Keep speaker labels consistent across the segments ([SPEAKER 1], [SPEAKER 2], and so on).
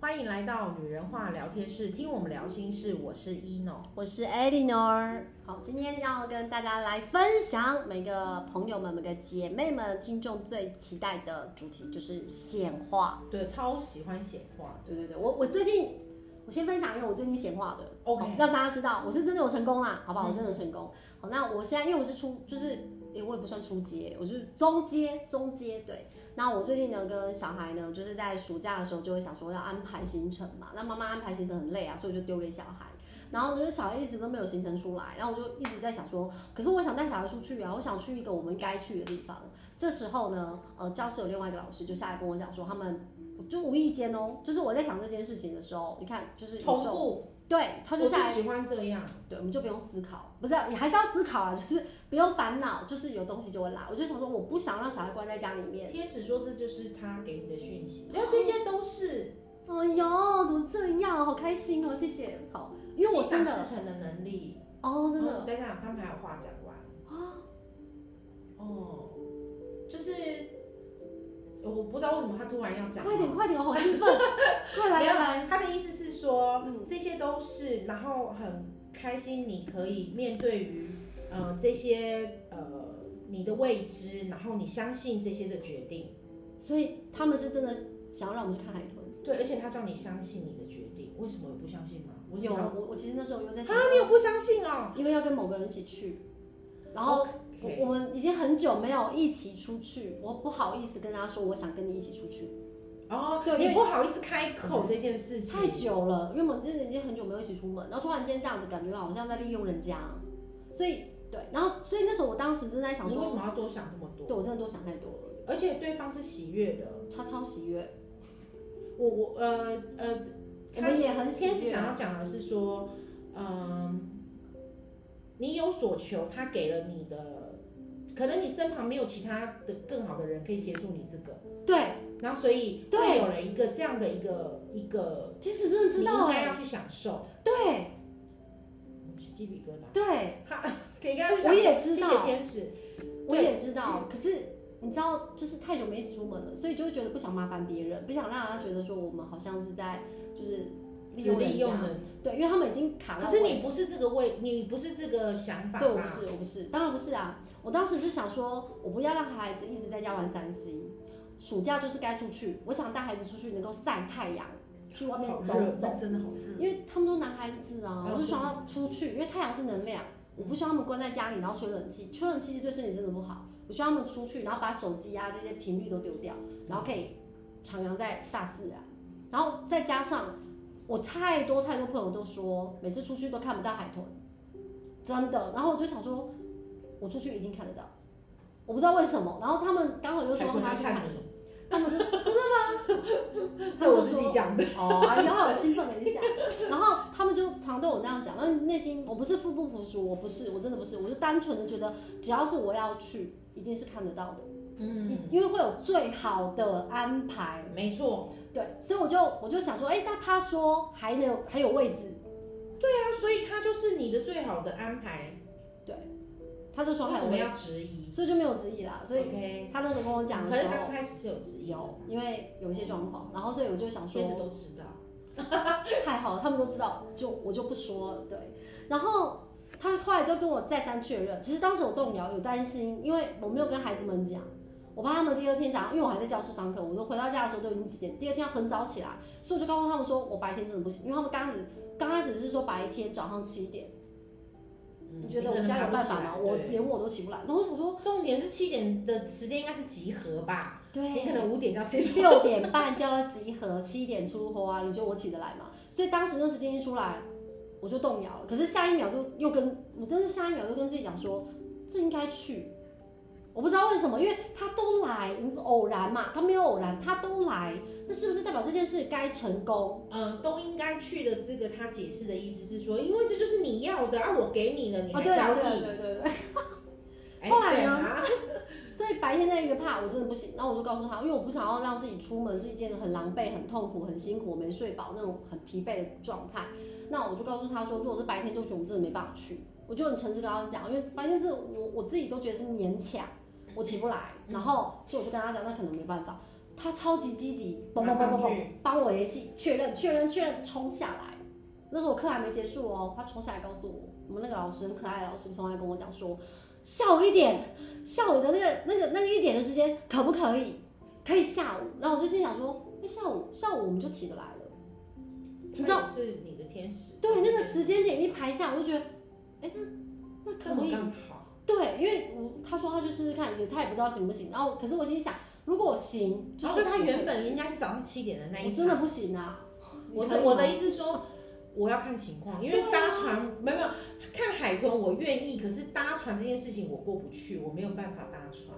[SPEAKER 1] 欢迎来到女人话聊天室，听我们聊心事。我是 ino，
[SPEAKER 2] 我是 Eleanor。好，今天要跟大家来分享每个朋友们、每个姐妹们、听众最期待的主题，就是显化。
[SPEAKER 1] 对，超喜欢显化。
[SPEAKER 2] 对对对，我我最近我先分享一个我最近显化的
[SPEAKER 1] OK
[SPEAKER 2] 好让大家知道我是真的有成功啦，好不
[SPEAKER 1] 嗯
[SPEAKER 2] 好？我真的有成功。好，那我现在因为我是初，就是诶、我也不算初阶，我是中阶，中阶对。那我最近呢，跟小孩呢，就是在暑假的时候就会想说要安排行程嘛，那妈妈安排行程很累啊，所以我就丢给小孩。然后呢，小孩一直都没有行程出来，然后我就一直在想说，可是我想带小孩出去啊，我想去一个我们该去的地方。这时候呢，呃，教室有另外一个老师就下来跟我讲说，他们就无意间哦，就是我在想这件事情的时候，你看，就是宇
[SPEAKER 1] 同
[SPEAKER 2] 宙，
[SPEAKER 1] 步，
[SPEAKER 2] 对，他就
[SPEAKER 1] 我
[SPEAKER 2] 下
[SPEAKER 1] 最
[SPEAKER 2] 来，
[SPEAKER 1] 喜欢这样。
[SPEAKER 2] 对，我们就不用思考，不是啊、你还是要思考啊，就是不用烦恼，就是有东西就会来。我就想说，我不想让小孩关在家里面。
[SPEAKER 1] 天使说这就是他给你的讯息，那这些都是
[SPEAKER 2] 哎呦，怎么这样？好开心哦，谢谢。好，因为我
[SPEAKER 1] 心
[SPEAKER 2] 真
[SPEAKER 1] 想
[SPEAKER 2] 的，
[SPEAKER 1] 事成的能力。
[SPEAKER 2] 哦，真
[SPEAKER 1] 嗯
[SPEAKER 2] 的
[SPEAKER 1] 等一下他们还有话讲完。
[SPEAKER 2] 啊，
[SPEAKER 1] 哦，就是我不知道为什么他突然要讲话，
[SPEAKER 2] 快点快点，我好 兴奋，快来
[SPEAKER 1] 没有
[SPEAKER 2] 快来。
[SPEAKER 1] 他的意思是说，
[SPEAKER 2] 嗯
[SPEAKER 1] 这些都是，然后很开心，你可以面对于呃这些呃你的未知，然后你相信这些的决定，
[SPEAKER 2] 所以他们是真的想要让我们去看海豚。
[SPEAKER 1] 对，而且他叫你相信你的决定，为什么我不相信吗？我
[SPEAKER 2] 有，
[SPEAKER 1] 啊，
[SPEAKER 2] 我我其实那时候有在想，
[SPEAKER 1] 你有不相信哦？
[SPEAKER 2] 因为要跟某个人一起去，然后
[SPEAKER 1] OK
[SPEAKER 2] 我我们已经很久没有一起出去，我不好意思跟他说我想跟你一起出去，
[SPEAKER 1] 哦，
[SPEAKER 2] 对因为嗯
[SPEAKER 1] 你不好意思开口这件事情，
[SPEAKER 2] 太久了，因为我们真的已经很久没有一起出门，然后突然间这样子，感觉好像在利用人家，所以对，然后所以那时候我当时正在想
[SPEAKER 1] 你为什
[SPEAKER 2] 说，
[SPEAKER 1] 么要多想这么
[SPEAKER 2] 对
[SPEAKER 1] 多？
[SPEAKER 2] 我真的多想太多了，
[SPEAKER 1] 而且对方是喜悦的，
[SPEAKER 2] 他超喜悦，
[SPEAKER 1] 我我呃呃，
[SPEAKER 2] 我
[SPEAKER 1] 他
[SPEAKER 2] 们也很喜
[SPEAKER 1] 天
[SPEAKER 2] 悦，
[SPEAKER 1] 使想要讲的是说，嗯，你有所求，他给了你的，可能你身旁没有其他的更好的人可以协助你这个，
[SPEAKER 2] 对，
[SPEAKER 1] 然后所以
[SPEAKER 2] 对
[SPEAKER 1] 会有了一个这样的一个一个，
[SPEAKER 2] 天使真的
[SPEAKER 1] 你应
[SPEAKER 2] 知道
[SPEAKER 1] 该要
[SPEAKER 2] 哎，
[SPEAKER 1] 去享受，
[SPEAKER 2] 对
[SPEAKER 1] 嗯起鸡皮疙瘩，
[SPEAKER 2] 对，
[SPEAKER 1] 他应该要去享受，
[SPEAKER 2] 我也知
[SPEAKER 1] 谢
[SPEAKER 2] 道
[SPEAKER 1] 谢天使，
[SPEAKER 2] 我也知
[SPEAKER 1] 嗯
[SPEAKER 2] 道，可是你知道，就是太久没一起出门了，所以就会觉得不想麻烦别人，不想让人家觉得说我们好像是在就是利
[SPEAKER 1] 只
[SPEAKER 2] 用人
[SPEAKER 1] 利用
[SPEAKER 2] 家。
[SPEAKER 1] 人，
[SPEAKER 2] 对，因为他们已经卡
[SPEAKER 1] 可
[SPEAKER 2] 到
[SPEAKER 1] 是
[SPEAKER 2] 我。
[SPEAKER 1] 你不是这个位，你不是这个想法
[SPEAKER 2] 对，我
[SPEAKER 1] 吧
[SPEAKER 2] 不？是，我不是，当然不是啊！我当时是想说，我不要让孩子一直在家玩三 C，暑假就是该出去，我想带孩子出去能够晒太阳，去外面
[SPEAKER 1] 好
[SPEAKER 2] 走
[SPEAKER 1] 热，
[SPEAKER 2] 走
[SPEAKER 1] 那，真的好热。
[SPEAKER 2] 因为他们都男孩子啊，
[SPEAKER 1] 嗯
[SPEAKER 2] 我就想要出去，因为太阳是能量，我不希望他们关在家里，然后吹冷气，吹冷气对身体真的不好。我希望他们出去，然后把手机啊这些频率都丢掉，然后可以徜徉在大自然，然后再加上我太多太多朋友都说，每次出去都看不到海豚，真的。然后我就想说，我出去一定看得到，我不知道为什么。然后他们刚好又说
[SPEAKER 1] 海
[SPEAKER 2] 他
[SPEAKER 1] 豚
[SPEAKER 2] 们要
[SPEAKER 1] 在
[SPEAKER 2] 去
[SPEAKER 1] 看
[SPEAKER 2] 看，
[SPEAKER 1] 你，
[SPEAKER 2] 他们就说真的吗？他
[SPEAKER 1] 这我
[SPEAKER 2] 们就
[SPEAKER 1] 自
[SPEAKER 2] 说
[SPEAKER 1] 己讲的。
[SPEAKER 2] 哦，哎呦，我兴奋了一下。然后他们就常对我那样讲，然后内心我不是腹不服输，我不是，我真的不是，我就单纯的觉得，只要是我要去，一定是看得到的，
[SPEAKER 1] 嗯，
[SPEAKER 2] 因为会有最好的安排。
[SPEAKER 1] 没错。
[SPEAKER 2] 对，所以我就我就想说，哎、那他说还能还有位置，
[SPEAKER 1] 所以他就是你的最好的安排，
[SPEAKER 2] 他就说
[SPEAKER 1] 为
[SPEAKER 2] 还
[SPEAKER 1] 什
[SPEAKER 2] 有
[SPEAKER 1] 么
[SPEAKER 2] 位置，
[SPEAKER 1] 要质疑？
[SPEAKER 2] 所以就没有质疑啦。所以
[SPEAKER 1] OK，
[SPEAKER 2] 他那时候跟我讲
[SPEAKER 1] 可
[SPEAKER 2] 的
[SPEAKER 1] 是
[SPEAKER 2] 时
[SPEAKER 1] 刚
[SPEAKER 2] 候，
[SPEAKER 1] 开始是有质疑的吧，
[SPEAKER 2] 有因为有一些状况，然后所以我就想说
[SPEAKER 1] 天，使都知道。
[SPEAKER 2] 太好了，他们都知道，就我就不说了。对，然后他后来就跟我再三确认，其实当时我动摇，有担心，因为我没有跟孩子们讲，我怕他们第二天早上，因为我还在教室上课，我说回到家的时候都已经几点，第二天要很早起来，所以我就告诉他们说我白天真的不行，因为他们刚开始刚开始是说白天早上七点，
[SPEAKER 1] 嗯
[SPEAKER 2] 你觉得我家有办法吗？我连我都起不来，然后我想说，
[SPEAKER 1] 重点是七点的时间应该是集合吧？你 可
[SPEAKER 2] 对。
[SPEAKER 1] 能五点就要起床。
[SPEAKER 2] 六点半就要集合，七点出货啊！你觉得我起得来吗？所以当时那时间一出来，我就动摇了。可是下一秒就又跟我真的下一秒又跟自己讲说，这应该去。我不知道为什么，因为他都来，你偶然嘛，他没有偶然，他都来，那是不是代表这件事该成功？哦
[SPEAKER 1] 嗯，都应该去的这个，他解释的意思是说，因为这就是你要的啊，我给你了，你
[SPEAKER 2] 哦，
[SPEAKER 1] 还
[SPEAKER 2] 对
[SPEAKER 1] 挑
[SPEAKER 2] 啊，对啊，
[SPEAKER 1] 剔。
[SPEAKER 2] 对对对。
[SPEAKER 1] 哎
[SPEAKER 2] 后来呢
[SPEAKER 1] 对啊
[SPEAKER 2] 所以白天那一个怕我真的不行，然后我就告诉他，因为我不想要让自己出门是一件很狼狈、很痛苦、很辛苦、我没睡饱那种很疲惫的状态。那我就告诉他说，如果是白天，对不起，我们真的没办法去。我就很诚实跟他讲，因为白天是我我自己都觉得是勉强，我起不来，然后所以我就跟他讲，那可能没办法。他超级积极，嘣嘣嘣
[SPEAKER 1] 马
[SPEAKER 2] 嘣
[SPEAKER 1] 上
[SPEAKER 2] 嘣
[SPEAKER 1] 去，
[SPEAKER 2] 帮我联系确认确认确认，冲下来。那时候我课还没结束哦，他冲下来告诉我，我们那个老师很可爱的老师冲来跟我讲说，下午一点，下午的那个那个那个一点的时间可不可以？可以下午。然后我就心想说，哎、下午下午我们就起得来了。你知道
[SPEAKER 1] 他也是你的天使，
[SPEAKER 2] 对，那个时间点一排下，我就觉得，哎、那那
[SPEAKER 1] 这
[SPEAKER 2] 可
[SPEAKER 1] 么
[SPEAKER 2] 以。
[SPEAKER 1] 刚好，
[SPEAKER 2] 对，因为我他说他就试试看，也他也不知道行不行。然后可是我心想，如果我行，就
[SPEAKER 1] 然
[SPEAKER 2] 是、
[SPEAKER 1] 后哦他原本应该是早上七点的那一场
[SPEAKER 2] 我
[SPEAKER 1] 哦
[SPEAKER 2] 真的。不行啊。
[SPEAKER 1] 我
[SPEAKER 2] 可以
[SPEAKER 1] 的我
[SPEAKER 2] 吗
[SPEAKER 1] 的意思是说，我要看情况，因为
[SPEAKER 2] 对啊
[SPEAKER 1] 搭船、没有没有看海豚我愿意，可是搭船这件事情我过不去，我没有办法搭船，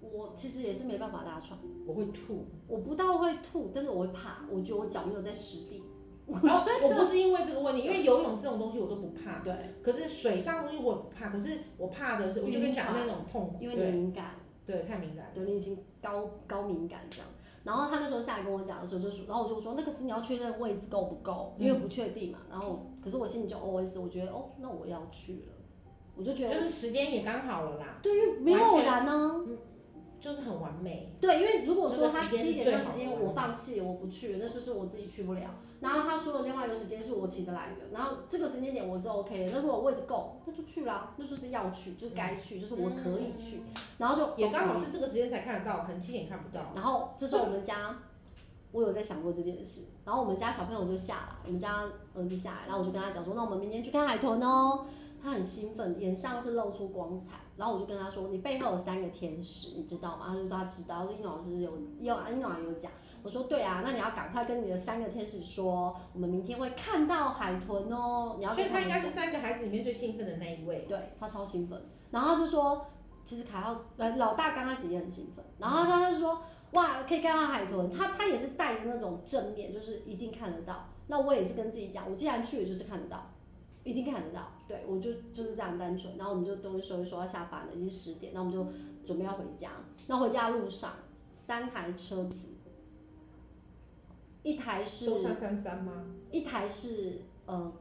[SPEAKER 2] 我其实也是没办法搭船，
[SPEAKER 1] 我会吐。
[SPEAKER 2] 我不到会吐，但是我会怕，我觉得我脚没有在实地。我
[SPEAKER 1] 然后
[SPEAKER 2] 觉
[SPEAKER 1] 哦我
[SPEAKER 2] 得
[SPEAKER 1] 不是因为这个问题，因为游泳这种东西我都不怕，
[SPEAKER 2] 对，
[SPEAKER 1] 可是水上东西我也不怕，可是我怕的是，我就跟你讲
[SPEAKER 2] 晕
[SPEAKER 1] 那
[SPEAKER 2] 船
[SPEAKER 1] 种痛苦，
[SPEAKER 2] 因为
[SPEAKER 1] 对
[SPEAKER 2] 你敏感，
[SPEAKER 1] 对，太敏感。
[SPEAKER 2] 对你已经高高敏感这样。然后他那时候下来跟我讲的时候，就是，然后我就说那个是你要确认位置够不够，因为
[SPEAKER 1] 嗯
[SPEAKER 2] 不确定嘛。然后可是我心里就 OS，我觉得哦，那我要去了，我就觉
[SPEAKER 1] 就
[SPEAKER 2] 得
[SPEAKER 1] 是时间也刚好了啦，
[SPEAKER 2] 对，因为没有
[SPEAKER 1] 完
[SPEAKER 2] 偶
[SPEAKER 1] 全
[SPEAKER 2] 然呢、
[SPEAKER 1] 就是很完美。
[SPEAKER 2] 对，因为如果
[SPEAKER 1] 那
[SPEAKER 2] 说
[SPEAKER 1] 个
[SPEAKER 2] 他
[SPEAKER 1] 时间
[SPEAKER 2] 七
[SPEAKER 1] 是
[SPEAKER 2] 点
[SPEAKER 1] 最
[SPEAKER 2] 那
[SPEAKER 1] 好
[SPEAKER 2] 时间
[SPEAKER 1] 的
[SPEAKER 2] 我放弃，我不去，那就是我自己去不了。然后他说的另外一个时间是我起得来的，然后这个时间点我是 OK 的。那如果位置够，那就去啦，那就是要去，就是该去，就是我可以去。然后就
[SPEAKER 1] 嗯也刚好是这个时间才看得到，可能七点看不到。
[SPEAKER 2] 然后这时候我们家，我有在想过这件事。然后我们家小朋友就下来，我们家儿子下来，然后我就跟他讲说，那我们明天去看海豚哦。他很兴奋，眼上是露出光彩。然后我就跟他说，你背后有三个天使，你知道吗？他就说他知道，他说英勇老师有，有英勇老师有讲。我说对啊，那你要赶快跟你的三个天使说，我们明天会看到海豚哦。你要
[SPEAKER 1] 所
[SPEAKER 2] 跟
[SPEAKER 1] 以他
[SPEAKER 2] 们
[SPEAKER 1] 应该
[SPEAKER 2] 讲
[SPEAKER 1] 是三个孩子里面最兴奋的那一位。
[SPEAKER 2] 对他超兴奋，然后他就说，其实凯浩呃老大刚开始也很兴奋，然后他就说，哇，可以看到海豚，他他也是带着那种正面，就是一定看得到。那我也是跟自己讲，我既然去了，就是看得到，一定看得到。对我就就是这样单纯，然后我们就东西收一收，要下班了，已经十点，那我们就准备要回家。那回家的路上，三台车子，一台是
[SPEAKER 1] 都上三三吗？
[SPEAKER 2] 一台是呃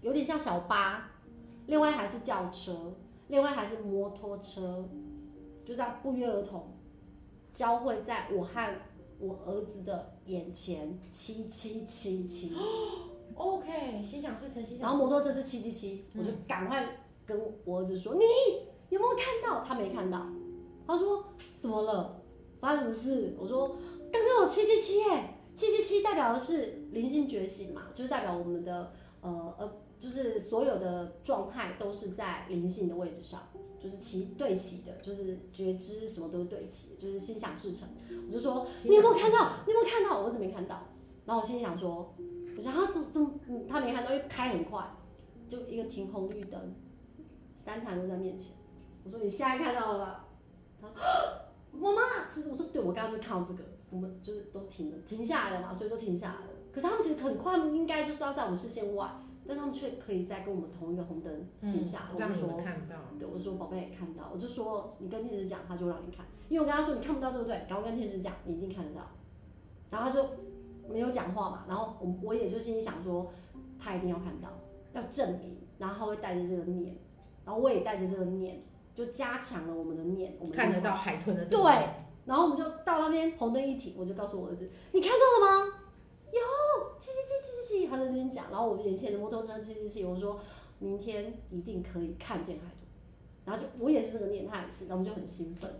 [SPEAKER 2] 有点像小巴，另外一台是轿车，另外一台是摩托车，就这样不约而同交汇在我和我儿子的眼前，七七七七，
[SPEAKER 1] OK，心想事成，心
[SPEAKER 2] 然
[SPEAKER 1] 想
[SPEAKER 2] 后
[SPEAKER 1] 事
[SPEAKER 2] 摩托车是七七七，我就赶快跟我儿子说：“你有没有看到？”他没看到，他说：“怎么了？发生什么事？”我说：“刚刚有七七七耶，七七七代表的是灵性觉醒嘛，就是代表我们的呃呃，就是所有的状态都是在灵性的位置上，就是齐对齐的，就是觉知什么都是对齐，就是心想事成。”我就说：“
[SPEAKER 1] 成。
[SPEAKER 2] 你有没有看到？你有没有看到？我怎么没看到？然后我心里想说，我想他怎么怎么嗯他没看到，因为开很快，就一个停红绿灯，三台都在面前。我说你现在看到了吧？他说 啊妈妈，其实我说对，我刚刚就看到这个，我们就是都停了，停下来了嘛，所以就停下来了。可是他们其实很快，他们应该就是要在我视线外，但他们却可以在跟我们同一个红灯停下来。
[SPEAKER 1] 嗯
[SPEAKER 2] 我
[SPEAKER 1] 让
[SPEAKER 2] 就
[SPEAKER 1] 你
[SPEAKER 2] 说
[SPEAKER 1] 们看到。
[SPEAKER 2] 对，我就说宝贝看到，我就说你跟天使讲，他就让你看，因为我跟他说你看不到对不对？赶快跟天使讲，你一定看得到。然后他就没有讲话嘛，然后我我也就心里想说，他一定要看到，要证明，然后他会带着这个念，然后我也带着这个念，就加强了我们的念，我们的
[SPEAKER 1] 看
[SPEAKER 2] 念
[SPEAKER 1] 得到海豚的这
[SPEAKER 2] 对
[SPEAKER 1] 个，
[SPEAKER 2] 然后我们就到那边红灯一停，我就告诉我儿子，你看到了吗？有，七七七七七七，他在那边讲，然后我们眼前的摩托车七七七，我说明天一定可以看见海豚，然后就我也是这个念，他也是，然后我们就很兴奋，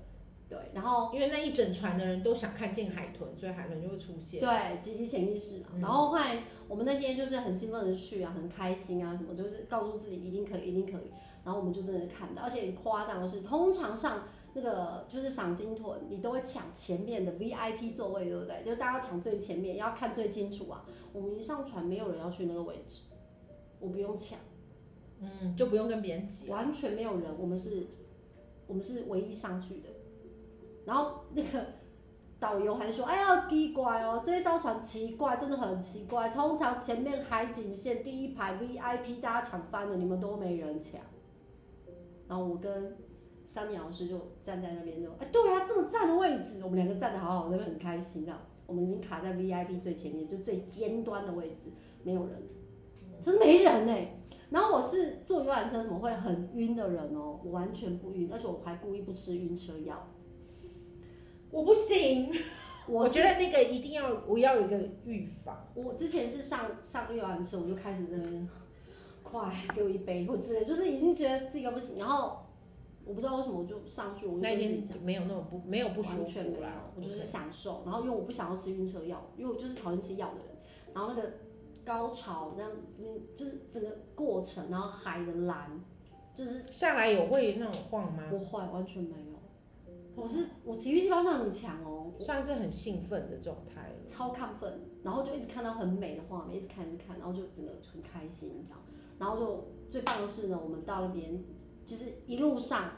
[SPEAKER 2] 对，然后
[SPEAKER 1] 因为那一整船的人都想看见海豚，所以海豚就会出现。
[SPEAKER 2] 对集体潜意识嘛，然后后来我们那天就是很兴奋的去啊，很开心啊，什么就是告诉自己一定可以，一定可以，然后我们就真的看到，而且很夸张的是，通常上。那个就是赏金团，你都会抢前面的 VIP 座位，对不对？就是大家抢最前面，要看最清楚啊。我们一上船，没有人要去那个位置，我不用抢，
[SPEAKER 1] 嗯，就不用跟别人挤。
[SPEAKER 2] 完全没有人，我们是，我们是唯一上去的。然后那个导游还说：“哎呀，奇怪哦，这一艘船奇怪，真的很奇怪。通常前面海景线第一排 VIP 大家抢翻了，你们都没人抢。”然后我跟三米老师就站在那边就，哎，对啊，这么站的位置，我们两个站的好好，那边很开心这样。我们已经卡在 VIP 最前面，就最尖端的位置，没有人，真没人哎、然后我是坐游览车什么会很晕的人哦，我完全不晕，而且我还故意不吃晕车药。
[SPEAKER 1] 我不行，我
[SPEAKER 2] 我
[SPEAKER 1] 觉得那个一定要我要有一个预防，
[SPEAKER 2] 我之前是上上游览车，我就开始在那边快给我一杯或之类，就是已经觉得自己都不行，然后我不知道为什么我就上去，我就
[SPEAKER 1] 那一
[SPEAKER 2] 跟自己
[SPEAKER 1] 天
[SPEAKER 2] 讲。
[SPEAKER 1] 没有那种不没有不舒
[SPEAKER 2] 完全
[SPEAKER 1] 服
[SPEAKER 2] 没有
[SPEAKER 1] 啦，，
[SPEAKER 2] 我就是
[SPEAKER 1] 对
[SPEAKER 2] 享受。然后因为我不想要吃晕车药，因为我就是讨厌吃药的人。然后那个高潮，那样嗯就是整个过程，然后海的蓝，就是
[SPEAKER 1] 下来有会那种晃吗？
[SPEAKER 2] 不坏，完全没有。我是我体育细胞上很强哦，
[SPEAKER 1] 算是很兴奋的状态了。
[SPEAKER 2] 超亢奋，然后就一直看到很美的画面，一直看一直看，然后就整个很开心这样。然后就最棒的是呢，我们到那边就是一路上，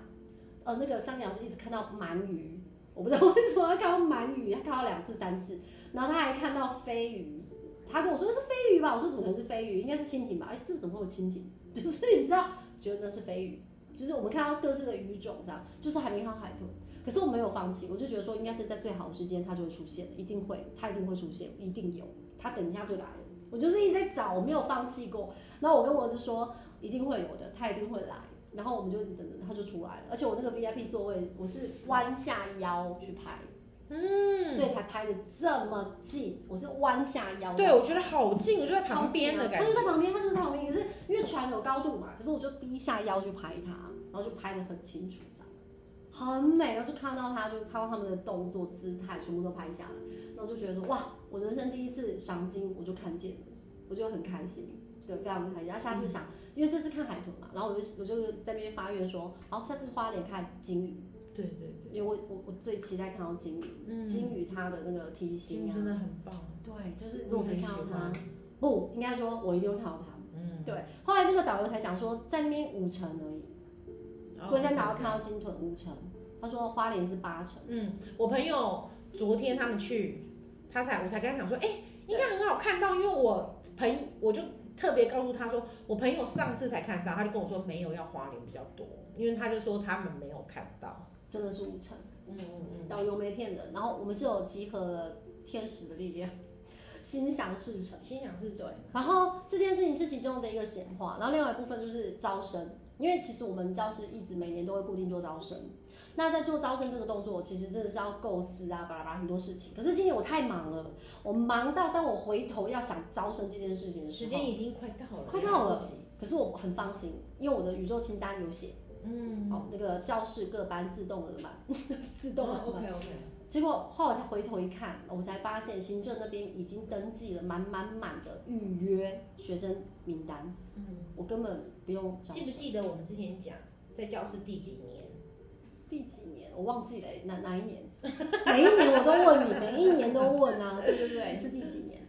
[SPEAKER 2] 呃，那个桑尼老师一直看到鳗鱼，我不知道 为什么他看到鳗鱼，他看到两次三次，然后他还看到飞鱼，他跟我说那是飞鱼吧，我说怎么可能是飞鱼，应该是蜻蜓吧？哎，这怎么会有蜻蜓？ 就是你知道，觉得那是飞鱼，就是我们看到各式的鱼种这样，就是还没看到海豚。可是我没有放弃，我就觉得说应该是在最好的时间它就会出现，一定会，它一定会出现，一定有，它等一下就来了。我就是一直在找，我没有放弃过。然后我跟我儿子说一定会有的，它一定会来。然后我们就一直等等，它就出来了。而且我那个 VIP 座位，我是弯下腰去拍，嗯，所以才拍的这么近。我是弯下腰，
[SPEAKER 1] 对，我觉得好近，我就在
[SPEAKER 2] 超
[SPEAKER 1] 旁边的
[SPEAKER 2] 级啊
[SPEAKER 1] 感
[SPEAKER 2] 他就
[SPEAKER 1] 觉。
[SPEAKER 2] 在旁边，他就在旁边。可是因为船有高度嘛，可是我就低下腰去拍它，然后就拍得很清楚，这样很美。然后就看到它，就看到他们的动作、姿态，全部都拍下来，然后就觉得哇，我人生第一次赏金，我就看见了，我就很开心。对，非常开心。然后下次想，因为这次看海豚嘛，然后我就我就在那边发愿说，好，下次花莲看金鱼，
[SPEAKER 1] 对对对，
[SPEAKER 2] 因为我我我最期待看到金鱼，
[SPEAKER 1] 嗯，
[SPEAKER 2] 金鱼它的那个梯
[SPEAKER 1] 金
[SPEAKER 2] 形
[SPEAKER 1] 鱼真
[SPEAKER 2] 啊，
[SPEAKER 1] 的很棒，
[SPEAKER 2] 对，就是如果可以看到
[SPEAKER 1] 我
[SPEAKER 2] 它
[SPEAKER 1] 很喜，
[SPEAKER 2] 不应该说，我一定会看到它。
[SPEAKER 1] 嗯，
[SPEAKER 2] 对，后来那个导游才讲说，在那边五成而已，
[SPEAKER 1] 哦
[SPEAKER 2] 龟山岛要看到金豚五成，他说花莲是八成，
[SPEAKER 1] 嗯，我朋友昨天他们去，他才我才跟他讲说，哎、应该很好看到，因为我朋我就特别告诉他说，我朋友上次才看到，他就跟我说没有，要花莲比较多，因为他就说他们没有看到。
[SPEAKER 2] 真的是五成，
[SPEAKER 1] 嗯嗯
[SPEAKER 2] 导游没骗人。然后我们是有集合了天使的力量，心想事成。
[SPEAKER 1] 嗯，心想是谁？
[SPEAKER 2] 然后这件事情是其中的一个闲话，然后另外一部分就是招生，因为其实我们教室一直每年都会固定做招生。那在做招生这个动作，我其实真的是要构思啊，巴拉巴拉很多事情。可是今年我太忙了，我忙到当我回头要想招生这件事情的时
[SPEAKER 1] 时
[SPEAKER 2] 候，
[SPEAKER 1] 间已经快到了，
[SPEAKER 2] 快到了
[SPEAKER 1] 来不及。
[SPEAKER 2] 可是我很放心，因为我的宇宙清单有写，
[SPEAKER 1] 嗯，
[SPEAKER 2] 哦，那个教室各班自动的嘛， 自动的嘛。
[SPEAKER 1] OK OK，
[SPEAKER 2] 结果后来我才回头一看，我才发现行政那边已经登记了满满满的预约学生名单，
[SPEAKER 1] 嗯，
[SPEAKER 2] 我根本不用找
[SPEAKER 1] 记不
[SPEAKER 2] 谁。
[SPEAKER 1] 记得我们之前讲在教室第几年？
[SPEAKER 2] 第几年我忘记了，哎哪哪一年？ 每一年我都问你，每一年都问啊， 对对对，是第几年？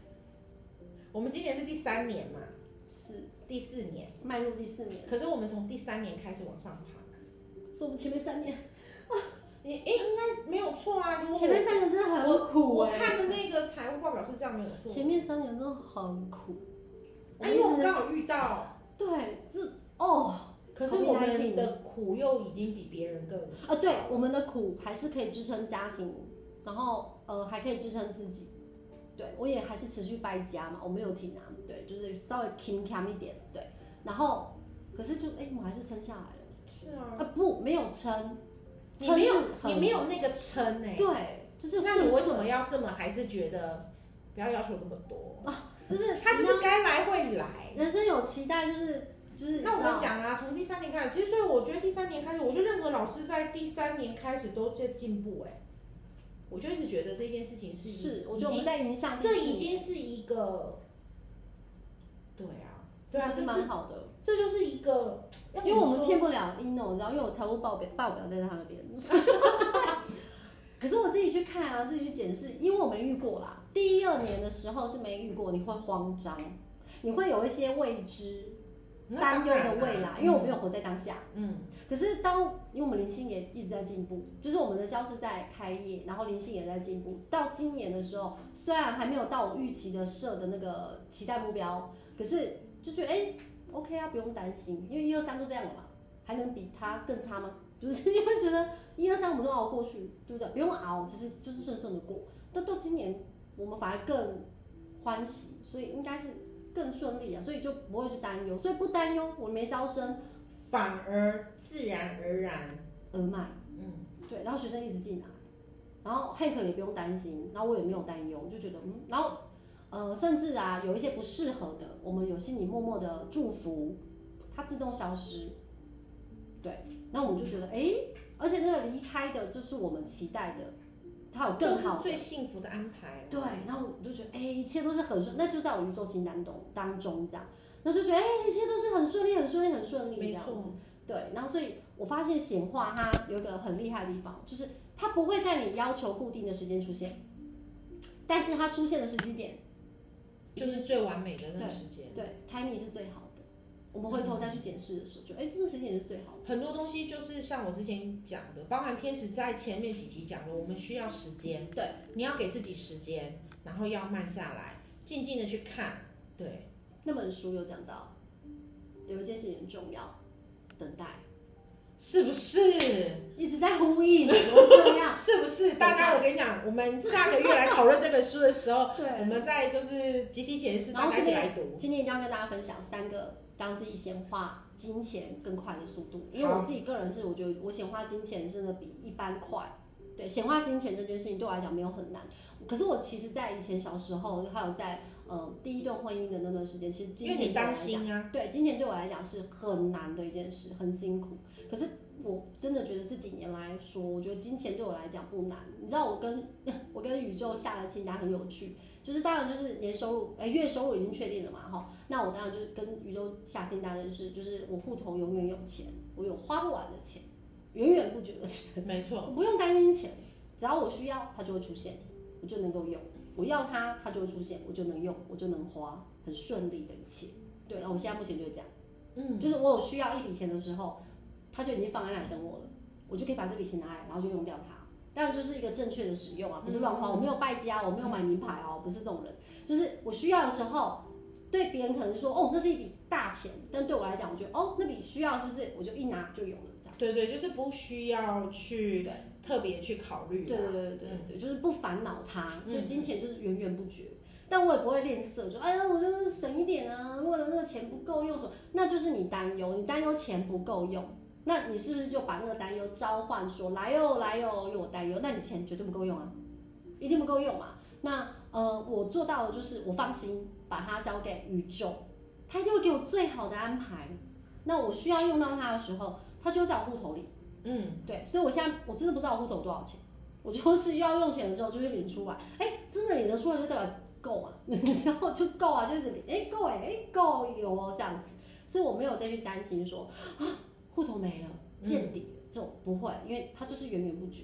[SPEAKER 1] 我们今年是第三年嘛，
[SPEAKER 2] 四，
[SPEAKER 1] 第四年。
[SPEAKER 2] 迈入第四年，
[SPEAKER 1] 可是我们从第三年开始往上爬。
[SPEAKER 2] 所以我们前面三年，
[SPEAKER 1] 你哎、应该没有错啊。如果
[SPEAKER 2] 前面三年真的很苦
[SPEAKER 1] 我
[SPEAKER 2] 哎、
[SPEAKER 1] 看的那个财务报表是这样没有错，
[SPEAKER 2] 前面三年真的很苦。
[SPEAKER 1] 啊，因为我
[SPEAKER 2] 一直
[SPEAKER 1] 们刚好遇到，
[SPEAKER 2] 对，这哦
[SPEAKER 1] 可是我们的苦又已经比别人更，
[SPEAKER 2] 啊，对，我们的苦还是可以支撑家庭，然后呃还可以支撑自己。对我也还是持续败家嘛，我没有停啊，对，就是稍微 king cam 一点，对。然后可是就哎、我还是撑下来了
[SPEAKER 1] 是啊，
[SPEAKER 2] 啊，不没有撑，
[SPEAKER 1] 你没有
[SPEAKER 2] 撑是很
[SPEAKER 1] 你没有那个撑哎、
[SPEAKER 2] 对，就是
[SPEAKER 1] 那你
[SPEAKER 2] 顺
[SPEAKER 1] 为什
[SPEAKER 2] 顺
[SPEAKER 1] 么要这么还是觉得不要要求那么多？
[SPEAKER 2] 就是
[SPEAKER 1] 他就
[SPEAKER 2] 你知
[SPEAKER 1] 是该来会来
[SPEAKER 2] 道。人生有期待，就是就是
[SPEAKER 1] 那我
[SPEAKER 2] 你
[SPEAKER 1] 们
[SPEAKER 2] 知道
[SPEAKER 1] 讲啊，从第三年开始，其实所以我觉得第三年开始，我觉得任何老师在第三年开始都在进步哎、我就一直觉得这件事情是
[SPEAKER 2] 是，我
[SPEAKER 1] 已
[SPEAKER 2] 觉得我
[SPEAKER 1] 经
[SPEAKER 2] 们在影响
[SPEAKER 1] 这已经是一个，对啊，对啊，
[SPEAKER 2] 是
[SPEAKER 1] 这
[SPEAKER 2] 蛮
[SPEAKER 1] 这
[SPEAKER 2] 好的。
[SPEAKER 1] 这就是一个，要
[SPEAKER 2] 因为我
[SPEAKER 1] 怎
[SPEAKER 2] 们
[SPEAKER 1] 么
[SPEAKER 2] 骗不了 ino，你知道，因为我财务报表报表在他那边。 可是我自己去看啊，自己去检视，因为我没遇过啦。第一二年的时候是没遇过，你会慌张，你会有一些未知、
[SPEAKER 1] 说
[SPEAKER 2] 担忧的未来，因为我没，
[SPEAKER 1] 那当然
[SPEAKER 2] 有
[SPEAKER 1] 啊
[SPEAKER 2] 活在当下。
[SPEAKER 1] 嗯，
[SPEAKER 2] 可是当因为我们灵性也一直在进步，就是我们的教室在开业，然后灵性也在进步。到今年的时候，虽然还没有到我预期的设的那个期待目标，可是就觉得哎、OK 啊，不用担心，因为一二三都这样了嘛，还能比它更差吗？就是因为觉得一二三我们都熬过去，对不对？不用熬，其实就是顺顺的过。但到今年我们反而更欢喜，所以应该是更顺利啊，所以就不会去担忧，所以不担忧，我没招生，
[SPEAKER 1] 反而自然而然，
[SPEAKER 2] 而买。
[SPEAKER 1] 嗯，
[SPEAKER 2] 对，然后学生一直进来，然然后 Hank 也不用担心，然后我也没有担忧，我就觉得嗯，然后呃，甚至啊有一些不适合的，我们有心里默默的祝福，它自动消失，对，然后我们就觉得哎、诶而且那个离开的就是我们期待的，它有
[SPEAKER 1] 这
[SPEAKER 2] 更
[SPEAKER 1] 是
[SPEAKER 2] 好的
[SPEAKER 1] 最幸福的安排。
[SPEAKER 2] 对，然后我就觉得，哎、一切都是很顺，那就在我宇宙清单中当中这样，然后就觉得，哎、一切都是很顺利，很顺利，很顺利这
[SPEAKER 1] 没
[SPEAKER 2] 样
[SPEAKER 1] 错
[SPEAKER 2] 子。，对，然后所以我发现显化它有一个很厉害的地方，就是它不会在你要求固定的时间出现，但是它出现的时机点，
[SPEAKER 1] 就是最完美的那个时间。
[SPEAKER 2] 对，timing 是最好的。我们回头再去检视的时候，就哎、这个时间点是最好的。
[SPEAKER 1] 很多东西就是像我之前讲的，包含天使在前面几集讲的，我们需要时间，
[SPEAKER 2] 对，
[SPEAKER 1] 你要给自己时间，然后要慢下来，静静的去看，对，
[SPEAKER 2] 那本书有讲到，有一件事情很重要，等待，
[SPEAKER 1] 是不是？
[SPEAKER 2] 一直在呼应，怎么会这样？
[SPEAKER 1] 是不是？大家，我跟你讲，我们下个月来讨论这本书的时候，
[SPEAKER 2] 对，
[SPEAKER 1] 我们在就是集体潜意识，
[SPEAKER 2] 然后
[SPEAKER 1] 大家一起
[SPEAKER 2] 这边
[SPEAKER 1] 来读。
[SPEAKER 2] 今天一定要跟大家分享三个让自己显化金钱更快的速度，因为我自己个人是，我觉得我显化金钱真的比一般快。对，显化金钱这件事情对我来讲没有很难，可是我其实，在以前小时候，还有在呃第一段婚姻的那段时间，其实金
[SPEAKER 1] 因为你
[SPEAKER 2] 钱对我来
[SPEAKER 1] 担
[SPEAKER 2] 讲
[SPEAKER 1] 心啊，
[SPEAKER 2] 对，金钱对我来讲是很难的一件事，很辛苦。可是我真的觉得这几年来说，我觉得金钱对我来讲不难。你知道我跟我跟宇宙下的清单很有趣，就是当然就是年收入，哎、月收入已经确定了嘛，哈。那我当然就是跟宇宙下清单的是，就是我户头永远有钱，我有花不完的钱，源源不绝的钱。
[SPEAKER 1] 没错，
[SPEAKER 2] 我不用担心钱，只要我需要，它就会出现，我就能够用；我要它，它就会出现，我就能用，我就能花，很顺利的一切。对，然后我现在目前就是这样，
[SPEAKER 1] 嗯，
[SPEAKER 2] 就是我有需要一笔钱的时候，它就已经放在那里等我了，我就可以把这笔钱拿来，然后就用掉它。当然就是一个正确的使用啊，不是乱花。我没有败家，我没有买名牌哦，不是这种人。就是我需要的时候，对别人可能说哦，那是一笔大钱，但对我来讲，我觉得哦，那笔需要是不是我就一拿就有了这样。
[SPEAKER 1] 对对，就是不需要去
[SPEAKER 2] 对
[SPEAKER 1] 特别去考虑啊
[SPEAKER 2] 对
[SPEAKER 1] 啦。
[SPEAKER 2] 对对对对，就是不烦恼它，
[SPEAKER 1] 嗯
[SPEAKER 2] 所以金钱就是源源不绝。但我也不会吝啬，就哎呀，我就是省一点啊，为了那个钱不够用什么，那就是你担忧，你担忧钱不够用，那你是不是就把那个担忧召唤说来哟来哟，因为我担忧，那你钱绝对不够用啊，一定不够用嘛。那呃，我做到的就是我放心把它交给宇宙，它一定会给我最好的安排。那我需要用到它的时候，它就会在我户头里。
[SPEAKER 1] 嗯，
[SPEAKER 2] 对，所以我现在我真的不知道我户头有多少钱，我就是要用钱的时候就去领出来，哎、真的领得出来就代表够啊， 然后就够啊，就一直领，哎、够哎、哎、够有哦这样子，所以我没有再去担心说啊户头没了见底了、这种不会，因为它就是源源不绝，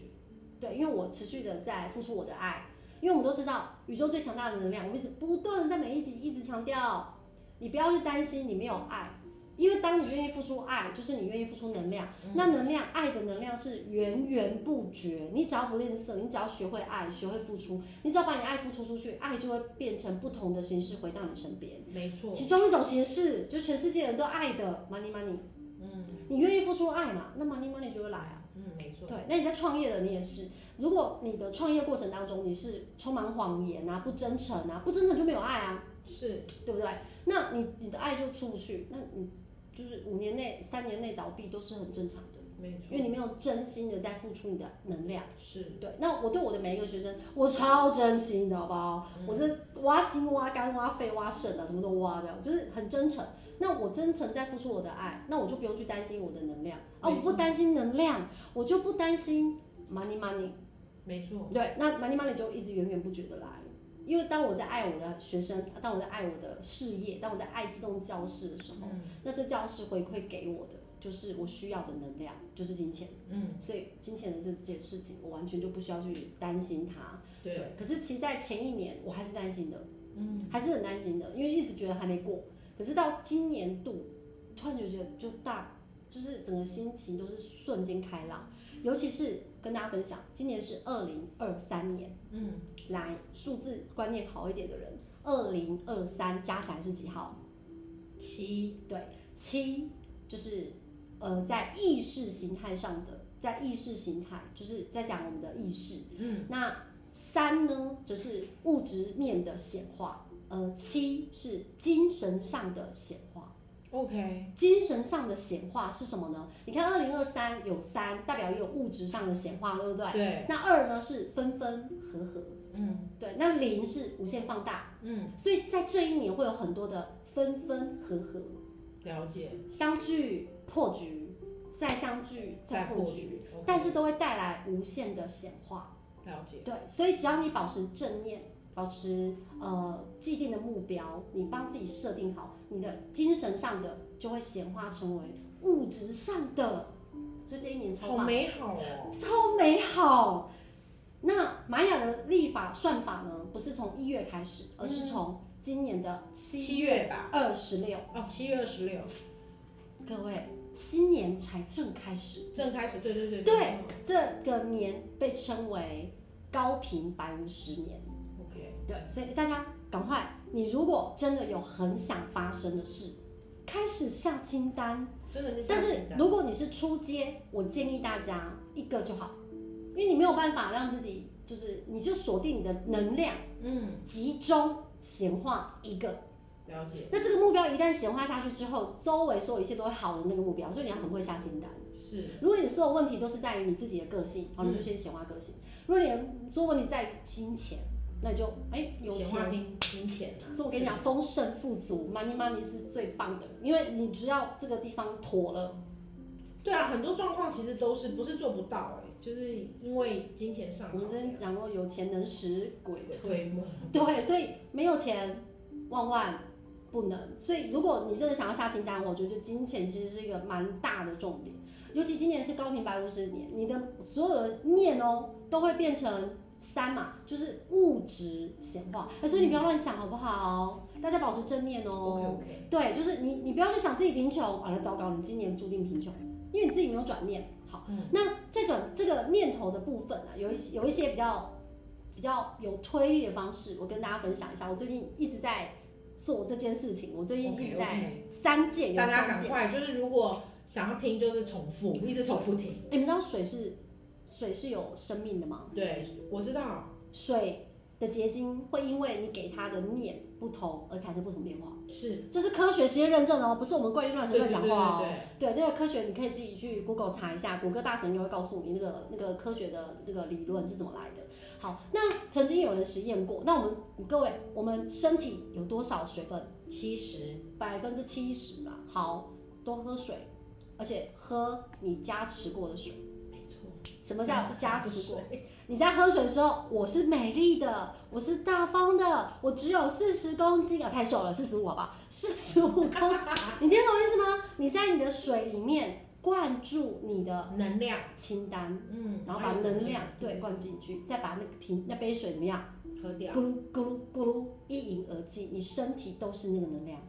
[SPEAKER 2] 对，因为我持续的在付出我的爱，因为我们都知道宇宙最强大的能量，我们一直不断的在每一集一直强调，你不要去担心你没有爱。因为当你愿意付出爱，就是你愿意付出能量。那能量，爱的能量是源源不绝。你只要不吝啬，你只要学会爱，学会付出，你只要把你爱付出出去，爱就会变成不同的形式回到你身边。
[SPEAKER 1] 没错，
[SPEAKER 2] 其中一种形式，就全世界人都爱的 money money。嗯，你愿意付出爱嘛，那 money money 就会来啊。
[SPEAKER 1] 嗯，没错，
[SPEAKER 2] 对，那你在创业的你也是，如果你的创业过程当中你是充满谎言啊、不真诚啊，不真诚就没有爱啊。
[SPEAKER 1] 是
[SPEAKER 2] 对不对？那你你的爱就出不去，那你就是五年内、三年内倒闭都是很正常的，
[SPEAKER 1] 没
[SPEAKER 2] 因
[SPEAKER 1] 错，
[SPEAKER 2] 为你没有真心的在付出你的能量。
[SPEAKER 1] 是
[SPEAKER 2] 对，那我对我的每一个学生，我超真心的，好不好？我是挖心、挖肝、挖肺、挖肾啊的，什么都挖的，就是很真诚。那我真诚在付出我的爱，那我就不用去担心我的能量啊，
[SPEAKER 1] 没
[SPEAKER 2] 我不担心能量，我就不担心 money money。
[SPEAKER 1] 没错，
[SPEAKER 2] 对，那 money money 就一直源源不绝的来，因为当我在爱我的学生，当我在爱我的事业，当我在爱这栋教室的时候，那这教室回馈给我的就是我需要的能量，就是金钱。
[SPEAKER 1] 嗯，
[SPEAKER 2] 所以金钱的这件事情，我完全就不需要去担心它。
[SPEAKER 1] 对，
[SPEAKER 2] 可是其实，在前一年我还是担心的，
[SPEAKER 1] 嗯，
[SPEAKER 2] 还是很担心的，因为一直觉得还没过。可是到今年度，突然就觉得就大，就是整个心情都是瞬间开朗。尤其是跟大家分享，今年是二零二三年，
[SPEAKER 1] 嗯，
[SPEAKER 2] 来数字观念好一点的人，二零二三加起来是几号？
[SPEAKER 1] 七，
[SPEAKER 2] 七，就是呃，在意识形态上的，在意识形态，就是在讲我们的意识。
[SPEAKER 1] 嗯，
[SPEAKER 2] 那三呢，则是物质面的显化，呃，七是精神上的显化。
[SPEAKER 1] OK，
[SPEAKER 2] 精神上的显化是什么呢？你看，二零二三有三，代表也有物质上的显化，对不对？
[SPEAKER 1] 对，
[SPEAKER 2] 那二呢是分分合合，
[SPEAKER 1] 嗯
[SPEAKER 2] 对，那零是无限放大，
[SPEAKER 1] 嗯，
[SPEAKER 2] 所以在这一年会有很多的分分合合，
[SPEAKER 1] 了解，
[SPEAKER 2] 相聚破局，再相聚再
[SPEAKER 1] 再
[SPEAKER 2] 破
[SPEAKER 1] 破
[SPEAKER 2] 局，
[SPEAKER 1] 局，OK，
[SPEAKER 2] 但是都会带来无限的显化。
[SPEAKER 1] 了解，
[SPEAKER 2] 对，所以只要你保持正念，保持呃既定的目标，你帮自己设定好，你的精神上的就会显化成为物质上的，所以这一年超
[SPEAKER 1] 好
[SPEAKER 2] 棒，
[SPEAKER 1] 美好哦，
[SPEAKER 2] 超美好。那玛雅的历法算法呢，不是从一月开始，而是从今年的
[SPEAKER 1] 嗯七
[SPEAKER 2] 七
[SPEAKER 1] 月吧，
[SPEAKER 2] 二十六。
[SPEAKER 1] 哦，七月二十六
[SPEAKER 2] 各位，新年才正开始。
[SPEAKER 1] 正开始，对对对
[SPEAKER 2] 对这个年被称为高频白无十年，
[SPEAKER 1] ，OK，
[SPEAKER 2] 对，所以大家赶快，你如果真的有很想发生的事，开始下清单。
[SPEAKER 1] 真的是
[SPEAKER 2] 但
[SPEAKER 1] 像你
[SPEAKER 2] 是
[SPEAKER 1] 的，
[SPEAKER 2] 如果你是初阶，我建议大家一个就好，因为你没有办法让自己，就是你就锁定你的能量，
[SPEAKER 1] 嗯，
[SPEAKER 2] 集中显化一个。
[SPEAKER 1] 了解，
[SPEAKER 2] 那这个目标一旦显化下去之后，周围所有一切都会好的那个目标，所以你要很会下清单。
[SPEAKER 1] 是
[SPEAKER 2] 如果你所有问题都是在于你自己的个性，好，
[SPEAKER 1] 嗯
[SPEAKER 2] 你就先显化个性；如果你的所有问题在于金钱，那你就哎、有
[SPEAKER 1] 显
[SPEAKER 2] 钱
[SPEAKER 1] 化。金金钱啊，
[SPEAKER 2] 所以我跟你讲，丰盛富足，money money 是最棒的，因为你只要这个地方妥了，
[SPEAKER 1] 对啊，很多状况其实都是不是做不到哎、就是因为金钱上
[SPEAKER 2] 我
[SPEAKER 1] 考
[SPEAKER 2] 们之前
[SPEAKER 1] 量
[SPEAKER 2] 讲过，有钱能使鬼推。
[SPEAKER 1] 对吗？
[SPEAKER 2] 对，所以没有钱，万万不能。所以如果你真的想要下清单，我觉得金钱其实是一个蛮大的重点，尤其今年是高频白五十年，你的所有的念哦都会变成三嘛，就是物质显化。哎所以你不要乱想好不好？大家保持正念
[SPEAKER 1] OK
[SPEAKER 2] 哦。
[SPEAKER 1] OK，
[SPEAKER 2] 对，就是你，你不要去想自己贫穷，完了糟糕，你今年注定贫穷，因为你自己没有转念。好，
[SPEAKER 1] 嗯
[SPEAKER 2] 那这种这个念头的部分啊，有一些有一些比较比较有推力的方式，我跟大家分享一下。我最近一直在做这件事情，我最近一
[SPEAKER 1] OK
[SPEAKER 2] 直在
[SPEAKER 1] OK，
[SPEAKER 2] 三件有
[SPEAKER 1] 大家
[SPEAKER 2] 三
[SPEAKER 1] 赶
[SPEAKER 2] 件。
[SPEAKER 1] 快，就是如果想要听，就是重复，一直重复听。
[SPEAKER 2] 哎，你们知道水是水是有生命的吗？
[SPEAKER 1] 对，我知道，
[SPEAKER 2] 水的结晶会因为你给它的念不同而产生不同变化，
[SPEAKER 1] 是，
[SPEAKER 2] 这是科学实验认证哦，不是我们怪力乱
[SPEAKER 1] 对
[SPEAKER 2] 神
[SPEAKER 1] 对
[SPEAKER 2] 乱
[SPEAKER 1] 对
[SPEAKER 2] 讲
[SPEAKER 1] 对
[SPEAKER 2] 话哦。
[SPEAKER 1] 对，
[SPEAKER 2] 对，那个科学你可以自己去 Google 查一下，谷歌大神应该会告诉你那个那个科学的那个理论是怎么来的。好，那曾经有人实验过，那我们各位，我们身体有多少水分？
[SPEAKER 1] 七十，
[SPEAKER 2] 百分之七十嘛。好，多喝水，而且喝你加持过的水。
[SPEAKER 1] 没错，
[SPEAKER 2] 什么叫加持过？
[SPEAKER 1] 水？
[SPEAKER 2] 你在喝水的时候，我是美丽的，我是大方的，我只有四十公斤啊，太瘦了，四十五好吧，四十五公斤，你听懂我意思吗？你在你的水里面灌注你的
[SPEAKER 1] 能量，
[SPEAKER 2] 清单，
[SPEAKER 1] 嗯，
[SPEAKER 2] 然后把
[SPEAKER 1] 还有
[SPEAKER 2] 能量对灌进去，再把那个瓶那杯水怎么样，
[SPEAKER 1] 喝
[SPEAKER 2] 咕
[SPEAKER 1] 掉，
[SPEAKER 2] 噜咕噜咕噜一饮而尽，你身体都是那个能量，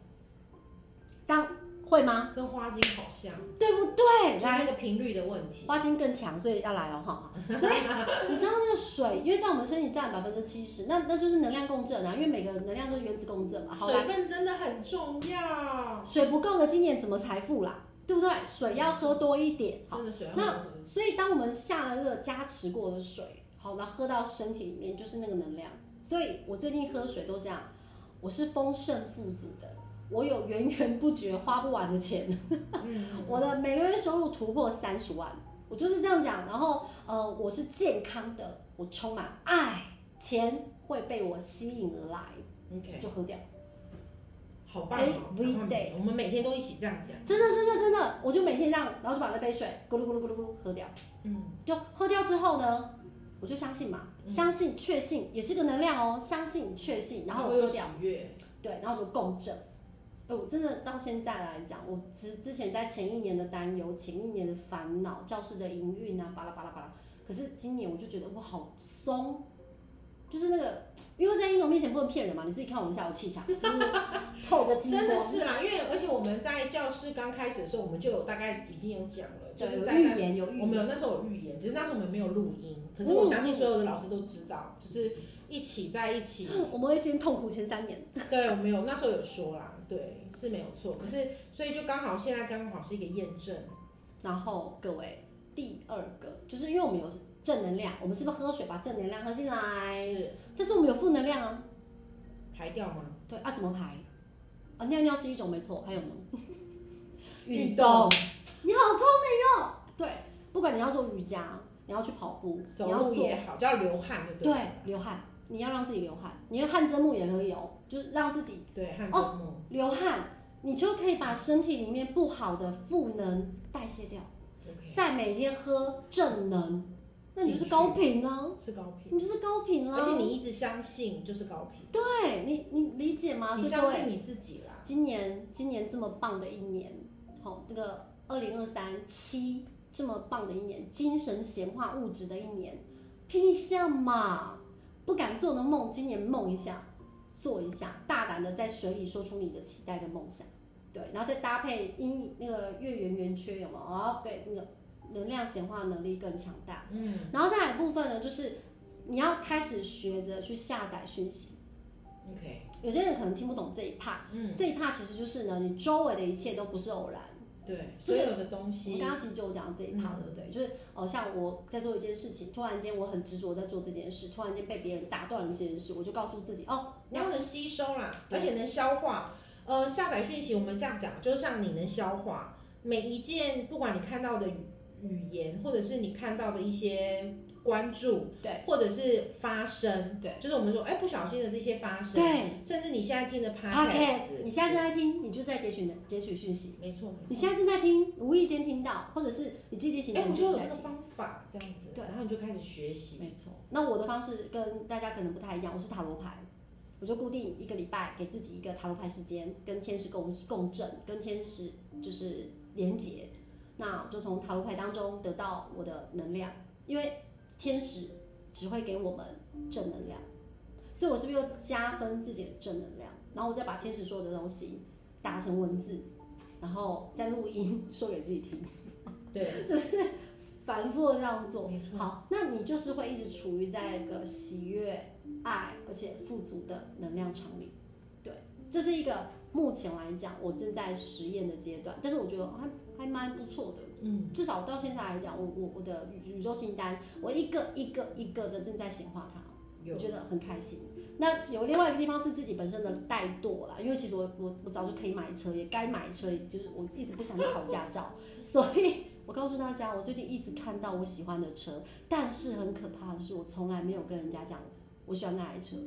[SPEAKER 2] 这样会吗？
[SPEAKER 1] 跟花精好像，
[SPEAKER 2] 对不对？
[SPEAKER 1] 就是
[SPEAKER 2] 来
[SPEAKER 1] 那。个频率的问题。
[SPEAKER 2] 花精更强，所以要来哦哈。所以你知道那个水，因为在我们身体占百分之七十，那那就是能量共振啊，因为每个能量都是原子共振嘛。好
[SPEAKER 1] 水
[SPEAKER 2] 来，
[SPEAKER 1] 分真的很重要，
[SPEAKER 2] 水不够的今年怎么财富啦？对不对？水要喝多一点。好，
[SPEAKER 1] 真的水要
[SPEAKER 2] 那
[SPEAKER 1] 喝
[SPEAKER 2] 所以当我们下了这个加持过的水，好，然后喝到身体里面就是那个能量。所以我最近喝水都这样，我是丰盛富足的，我有源源不绝花不完的钱。
[SPEAKER 1] 嗯，
[SPEAKER 2] 我的每个月收入突破三十万，我就是这样讲。然后，呃，我是健康的，我充满爱，钱会被我吸引而来，
[SPEAKER 1] 嗯 OK，
[SPEAKER 2] 就喝掉。
[SPEAKER 1] 好棒哦
[SPEAKER 2] Every
[SPEAKER 1] 赶快
[SPEAKER 2] day
[SPEAKER 1] 我们每天都一起这样讲，
[SPEAKER 2] 真的，真的，真的，我就每天这样，然后就把那杯水咕噜咕噜咕噜咕噜喝掉。
[SPEAKER 1] 嗯，
[SPEAKER 2] 就喝掉之后呢，我就相信嘛，
[SPEAKER 1] 嗯
[SPEAKER 2] 相信确信也是个能量哦，相信确信，然后我
[SPEAKER 1] 会有
[SPEAKER 2] 喝
[SPEAKER 1] 喜
[SPEAKER 2] 掉，
[SPEAKER 1] 悦，
[SPEAKER 2] 对，然后就共振。哎，我真的到现在来讲，我之之前在前一年的担忧、前一年的烦恼、教室的营运啊，巴拉巴拉巴拉。可是今年我就觉得我好松，就是那个，因为在一农面前不能骗人嘛，你自己看我一下，我气场是不是透着金光？
[SPEAKER 1] 真的是啦，因为而且我们在教室刚开始的时候，我们就有大概已经有讲了，就
[SPEAKER 2] 对，
[SPEAKER 1] 是
[SPEAKER 2] 有
[SPEAKER 1] 在
[SPEAKER 2] 预言，嗯有预
[SPEAKER 1] 我们有
[SPEAKER 2] 言，
[SPEAKER 1] 那时候有预言，只是那时候我们没有录音，可是我相信所有的老师都知
[SPEAKER 2] 嗯
[SPEAKER 1] 道，就是一起在一起，
[SPEAKER 2] 我们会先痛苦前三年。
[SPEAKER 1] 对，我们有那时候有说啦，对，是没有错，可是所以就刚好现在刚好是一个验证，
[SPEAKER 2] 然后各位，第二个就是因为我们有正能量，我们是不是喝水把正能量喝进来？
[SPEAKER 1] 是
[SPEAKER 2] 但是我们有负能量啊，
[SPEAKER 1] 排掉吗？
[SPEAKER 2] 对啊，怎么排？啊，尿尿是一种没错，还有呢，
[SPEAKER 1] 运动，
[SPEAKER 2] 你好聪明哦！对，不管你要做瑜伽，你要去跑步，
[SPEAKER 1] 走
[SPEAKER 2] 你要
[SPEAKER 1] 路
[SPEAKER 2] 做
[SPEAKER 1] 也好，就要流汗，对不
[SPEAKER 2] 对
[SPEAKER 1] 对？
[SPEAKER 2] 流汗，你要让自己流汗，你的汗蒸木也可以哦，就是让自己
[SPEAKER 1] 对，汗蒸木，
[SPEAKER 2] 流汗，你就可以把身体里面不好的负能代谢掉，
[SPEAKER 1] OK，
[SPEAKER 2] 再每天喝正能，那你就是
[SPEAKER 1] 进去
[SPEAKER 2] 高频啊，
[SPEAKER 1] 是高频，
[SPEAKER 2] 你就是高频啊，
[SPEAKER 1] 而且你一直相信就是高频，
[SPEAKER 2] 对你你理解吗？
[SPEAKER 1] 你
[SPEAKER 2] 啊是
[SPEAKER 1] 相
[SPEAKER 2] 对。
[SPEAKER 1] 信你自己啦。
[SPEAKER 2] 今年今年这么棒的一年，好、这个二零二三七这么棒的一年，精神显化物质的一年，拼一下嘛！不敢做的梦，今年梦一下，做一下，大胆的在水里说出你的期待跟梦想，对，然后再搭配阴那个月圆圆缺有没有？哦，对，那个能量显化能力更强大。
[SPEAKER 1] 嗯，
[SPEAKER 2] 然后再来的部分呢，就是你要开始学着去下载讯息，
[SPEAKER 1] OK，
[SPEAKER 2] 有些人可能听不懂这一 part。
[SPEAKER 1] 嗯，
[SPEAKER 2] 这一趴其实就是呢，你周围的一切都不是偶然。
[SPEAKER 1] 对，
[SPEAKER 2] 这
[SPEAKER 1] 所
[SPEAKER 2] 个
[SPEAKER 1] 有的东
[SPEAKER 2] 我们
[SPEAKER 1] 西
[SPEAKER 2] 刚，刚其实就有讲到这一趴，
[SPEAKER 1] 嗯
[SPEAKER 2] 对不对？就是哦，呃像我在做一件事情，突然间我很执着在做这件事，突然间被别人打断了这件事，我就告诉自己，哦，
[SPEAKER 1] 你要能吸收啦，
[SPEAKER 2] 对
[SPEAKER 1] 而且能消化。呃，下载讯息我们这样讲，就是像你能消化每一件，不管你看到的语语言，或者是你看到的一些关注，
[SPEAKER 2] 对
[SPEAKER 1] 或者是发生，
[SPEAKER 2] 对，
[SPEAKER 1] 就是我们说，哎，不小心的这些发生，
[SPEAKER 2] 对
[SPEAKER 1] 甚至你现在听的
[SPEAKER 2] ，podcast，
[SPEAKER 1] podcast，
[SPEAKER 2] 你现在正在听，你就在截取能截取讯息；
[SPEAKER 1] 没错，
[SPEAKER 2] 你现在正在听，无意间听到，或者是你记忆力
[SPEAKER 1] 没
[SPEAKER 2] 形
[SPEAKER 1] 错，哎，我
[SPEAKER 2] 成，你
[SPEAKER 1] 觉得
[SPEAKER 2] 就
[SPEAKER 1] 有
[SPEAKER 2] 在
[SPEAKER 1] 这个
[SPEAKER 2] 听。
[SPEAKER 1] 方法这样子，
[SPEAKER 2] 对
[SPEAKER 1] 然后你就开始学习，
[SPEAKER 2] 没错。那我的方式跟大家可能不太一样，我是塔罗牌，我就固定一个礼拜给自己一个塔罗牌时间，跟天使共共振，跟天使就是连接。那我就从塔罗牌当中得到我的能量，因为天使只会给我们正能量，所以我是不是又加分自己的正能量？然后我再把天使所有的东西打成文字，然后再录音 说给自己听，
[SPEAKER 1] 对，
[SPEAKER 2] 就是反复地这样做。
[SPEAKER 1] 没错，
[SPEAKER 2] 好，那你就是会一直处于在一个喜悦、爱而且富足的能量场里。对，这是一个目前来讲我正在实验的阶段，但是我觉得还还蛮不错的。
[SPEAKER 1] 嗯，
[SPEAKER 2] 至少到现在来讲，我我我的宇宇宙清单，我一个一个一个的正在显化它。
[SPEAKER 1] 有
[SPEAKER 2] 我觉得很开心。那有另外一个地方是自己本身的怠惰啦，因为其实我我我早就可以买车，也该买车，就是我一直不想去考驾照，所以我告诉大家，我最近一直看到我喜欢的车，但是很可怕的是，我从来没有跟人家讲我喜欢那台车，